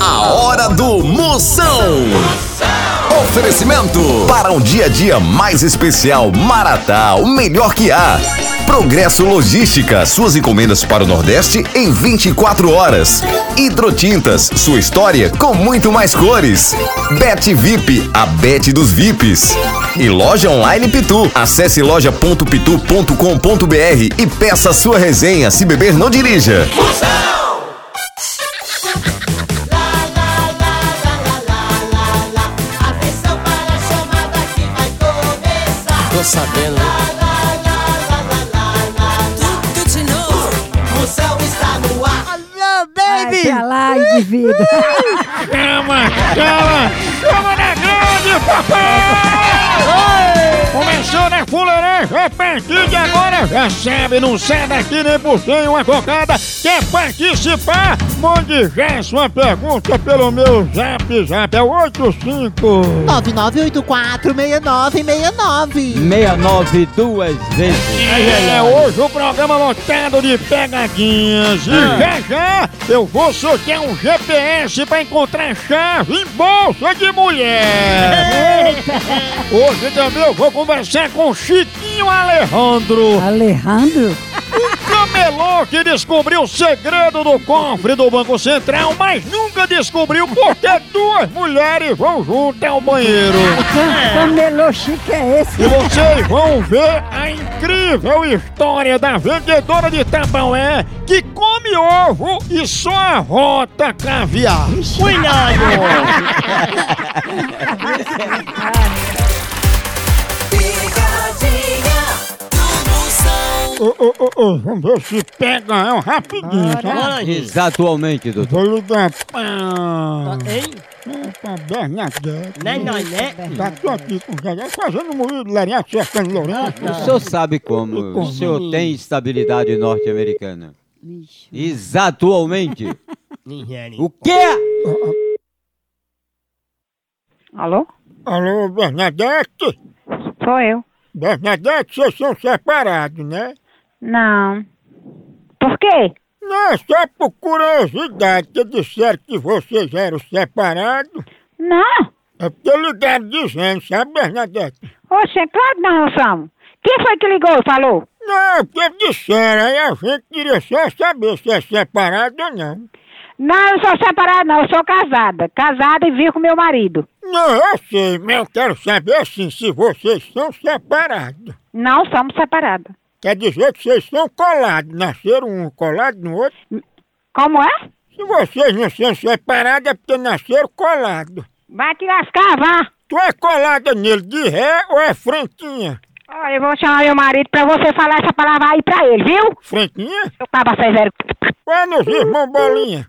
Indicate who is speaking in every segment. Speaker 1: A hora do Moção. Oferecimento para um dia a dia mais especial. Maratá, o melhor que há. Progresso Logística, suas encomendas para o Nordeste em 24 horas. Hidrotintas, sua história com muito mais cores. Bet VIP, a Bet dos VIPs. E loja online Pitu. Acesse loja.pitu.com.br e peça sua resenha. Se beber, não dirija.
Speaker 2: Atenção para a chamada que vai começar.
Speaker 3: Tô sabendo, né?
Speaker 2: Tudo de novo. Moção está no ar.
Speaker 4: Alô, baby!
Speaker 5: Pra lá, indivíduo.
Speaker 6: Chama, chama, chama na grande, papai! Começou na fuleiragem, a partir de agora já sabe, não sai daqui nem por sem uma cocada. Quer participar? Mande já sua pergunta pelo meu zap, zap é 85.
Speaker 4: 99846969.
Speaker 3: 69 duas vezes.
Speaker 6: É, hoje o programa lotado de pegadinhas. E já já eu vou sortear um GPS pra encontrar chave em bolsa de mulher. Hoje também eu vou conversar com Chiquinho Alejandro,
Speaker 5: Alejandro?
Speaker 6: um camelô que descobriu o segredo do cofre do Banco Central, mas nunca descobriu porque duas mulheres vão junto ao banheiro.
Speaker 5: Camelô chique é esse?
Speaker 6: E vocês vão ver a incrível história da vendedora de Tapaué que come ovo e só arrota caviar.
Speaker 2: Picadinha do Moção.
Speaker 6: Ô, ô, ô, ô, vamos ver se pega é um rapidinho, tá?
Speaker 3: Exatamente, doutor.
Speaker 6: Vou ligar pra...
Speaker 7: Hein?
Speaker 6: Hum, pra Bernadette.
Speaker 7: Não é nós, né?
Speaker 6: Tá tô aqui com o Zé, fazendo moído, larinha, acertando Lourenço.
Speaker 3: O senhor sabe como. Ah. O senhor tem estabilidade norte-americana. Exatamente.
Speaker 7: Nigéria.
Speaker 3: O é quê?
Speaker 8: Alô?
Speaker 6: Alô, Bernadette?
Speaker 8: Sou eu.
Speaker 6: Bernadette, vocês são separados, né?
Speaker 8: Não. Por quê?
Speaker 6: Não, só é por curiosidade, que disseram que vocês eram separados.
Speaker 8: Não.
Speaker 6: É porque ligaram dizendo, sabe, Bernadette?
Speaker 8: Oxe, é claro que nós não somos. Quem foi que ligou e falou?
Speaker 6: Não, porque disseram, aí a gente queria só saber se é separado ou não.
Speaker 8: Não, eu sou separada, não. Eu sou casada. Casada e vivo com meu marido.
Speaker 6: Não, eu sei, mas eu quero saber assim se vocês são separados.
Speaker 8: Não somos separados.
Speaker 6: Quer dizer que vocês são colados, nasceram um colado no outro.
Speaker 8: Como é?
Speaker 6: Se vocês não são separados é porque nasceram colados.
Speaker 8: Vai te lascar, vá.
Speaker 6: Tu é colada nele de ré ou é franquinha?
Speaker 8: Ó, eu vou chamar meu marido pra você falar essa palavra aí pra ele, viu?
Speaker 6: Franquinha?
Speaker 8: Seu caba severo.
Speaker 6: Vai é nos irmão Bolinha.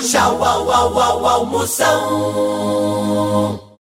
Speaker 2: Tchau, au, au, au, au, Moção.